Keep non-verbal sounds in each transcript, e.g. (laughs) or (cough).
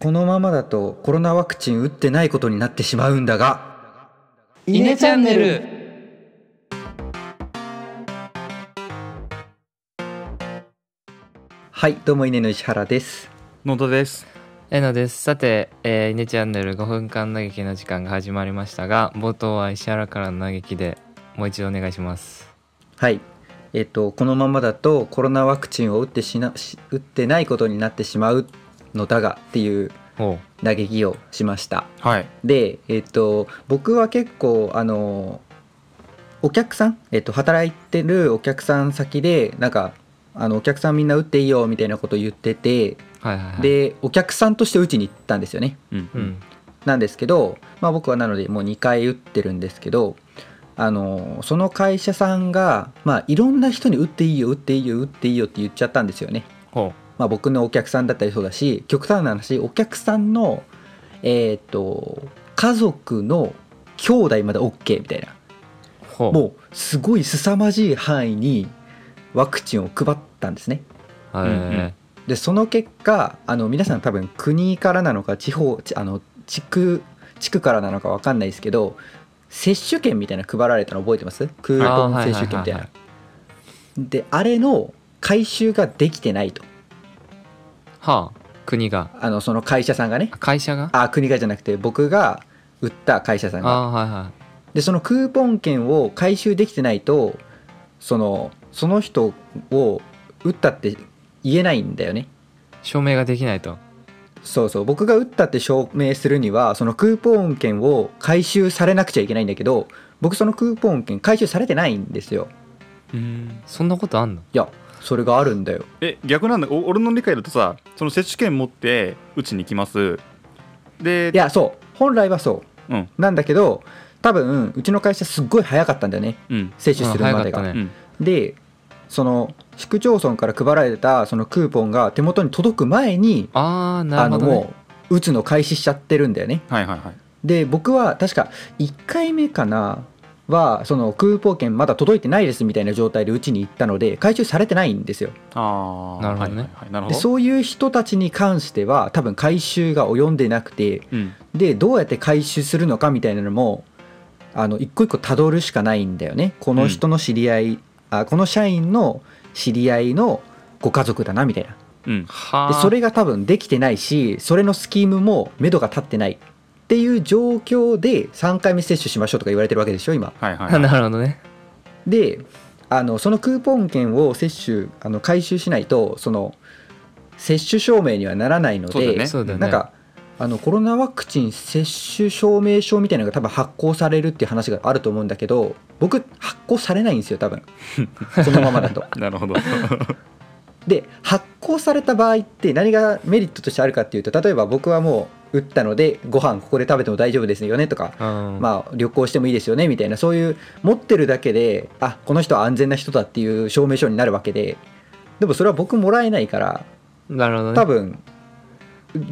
このままだとコロナワクチン打ってないことになってしまうんだがイネチャンネルはいどうも稲の石原です野田ですえのですさて、えー、イネチャンネル5分間嘆きの時間が始まりましたが冒頭は石原からの嘆きでもう一度お願いしますはいえっとこのままだとコロナワクチンを打ってしなし打ってないことになってしまうのだがっていうおう嘆きをしましたはいでえっと僕は結構あのお客さん、えっと、働いてるお客さん先でなんかあのお客さんみんな打っていいよみたいなこと言っててはいはいはいでお客さんとして打ちに行ったんですよねうんうんなんですけど、まあ、僕はなのでもう2回打ってるんですけどあのその会社さんが、まあ、いろんな人に打っていいよ打っていいよ打っていいよって言っちゃったんですよね。ほまあ、僕のお客さんだったりそうだし極端な話お客さんの、えー、と家族の兄弟まで OK みたいなうほうもうすごい凄まじい範囲にワクチンを配ったんですね。はいはいでその結果あの皆さん多分国からなのか地方ちあの地区地区からなのかわかんないですけど接種券みたいなの配られたの覚えてますクーポン接種券みたいあーはいはいはいはな。であれの回収ができてないとはあ国があのその会社さんがねあ会社があ国がじゃなくて僕が売った会社さんあがあはいはでそのクーポン券を回収できてないとそのその人を売ったって言えないんだよねい証明ができないとそうそう僕が打ったって証明するにはそのクーポン券を回収されなくちゃいけないんだけど僕そのクーポン券回収されてないんですようんそんなことあんのいやそれがあるんだよえ逆なんだお俺の理解だとさその接種券持って打ちに行きますでいやそう本来はそうんうなんだけど多分うちの会社すっごい早かったんだよねうん接種するあま早でかが、ったうねんでその市区町村から配られたそのクーポンが手元に届く前に、ああなあるのほどねもう打つの開始しちゃってるんだよねはいはいはいで僕は確か1回目かなはそのクーポン券まだ届いてないですみたいな状態でうちに行ったので回収されてないんですよああなるほどねはいはいはいなるほでどそういう人たちに関しては多分回収が及んでなくてうんでどうやって回収するのかみたいなのもあの一個一個たどるしかないんだよねこの人の知り合い、あこの社員の知り合いのご家族だなみたいなうんはであそれが多分できてないしそれのスキームも目処が立ってないっていう状況で3回目接種しましょうとか言われてるわけでしょ今はいはいはい (laughs) なるほどねであのそのクーポン券を接種あの回収しないとその接種証明にはならないのそうだで、よねそうだよねなんかあのコロナワクチン接種証明書みたいなのが多分発行されるっていう話があると思うんだけど僕発行されないんですよ (laughs) 多分このままだと。 (laughs) なるほどで発行された場合って何がメリットとしてあるかっていうと例えば僕はもう打ったのでご飯ここで食べても大丈夫ですよねとかうんまあ、旅行してもいいですよねみたいなそういう持ってるだけであこの人は安全な人だっていう証明書になるわけででもそれは僕もらえないからなるほどね多分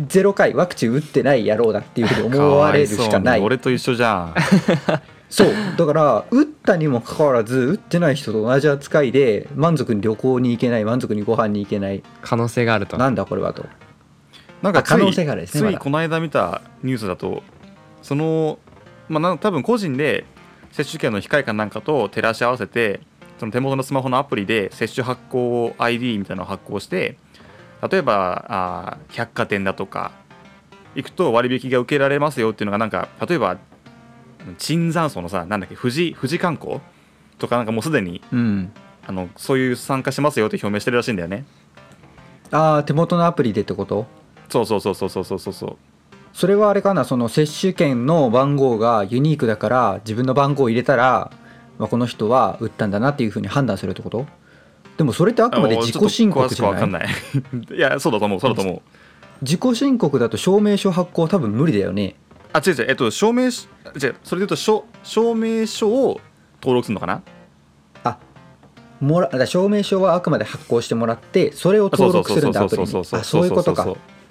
ゼロ回ワクチン打ってない野郎だっていうふうにか思わわれいるそうにしかない俺と一緒じゃんそうだから打ったにもかかわらず打ってない人と同じ扱いで満足に旅行に行けない満足にご飯に行けない可能性があるとなんだこれはとなんかつい可能性があるですねつまいだこの間見たニュースだとそのまあな多分個人で接種券の控えかなんかと照らし合わせてその手元のスマホのアプリで接種発行 ID みたいなのを発行して例えばあー百貨店だとか行くと割引が受けられますよっていうのがなんか例えば椿山荘のさなんだっけ富士富士観光とかなんかもうすでにうんあのそういう参加しますよって表明してるらしいんだよねああ手元のアプリでってことそうそうそうそうそうそうそうそうそれはあれかなその接種券の番号がユニークだから自分の番号を入れたら、まあ、この人は打ったんだなっていうふうに判断するってことでもそれってあくまで自己申告じゃあちょなっいと詳しくわかんない (laughs) いやそうだと思うそうだと思う自己申告だと証明書発行は多分無理だよねあ違う違うえっと証明し違うそれで言うと証証明書を登録するのかなあもらだから証明書はあくまで発行してもらってそれを登録するんだアプリにあそういうことか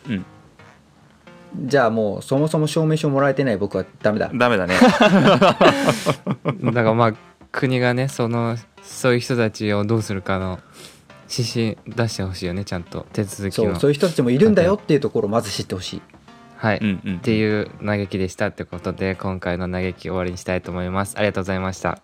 うんじゃあもうそもそも証明書もらえてない僕はダメだダメだねだからまあ国がねそのそういう人たちをどうするかの指針出してほしいよねちゃんと手続きそのうそういう人たちもいるんだよっていうところをまず知ってほしいはい、うっんうんていう嘆きでしたってことで今回の嘆き終わりにしたいと思いますありがとうございました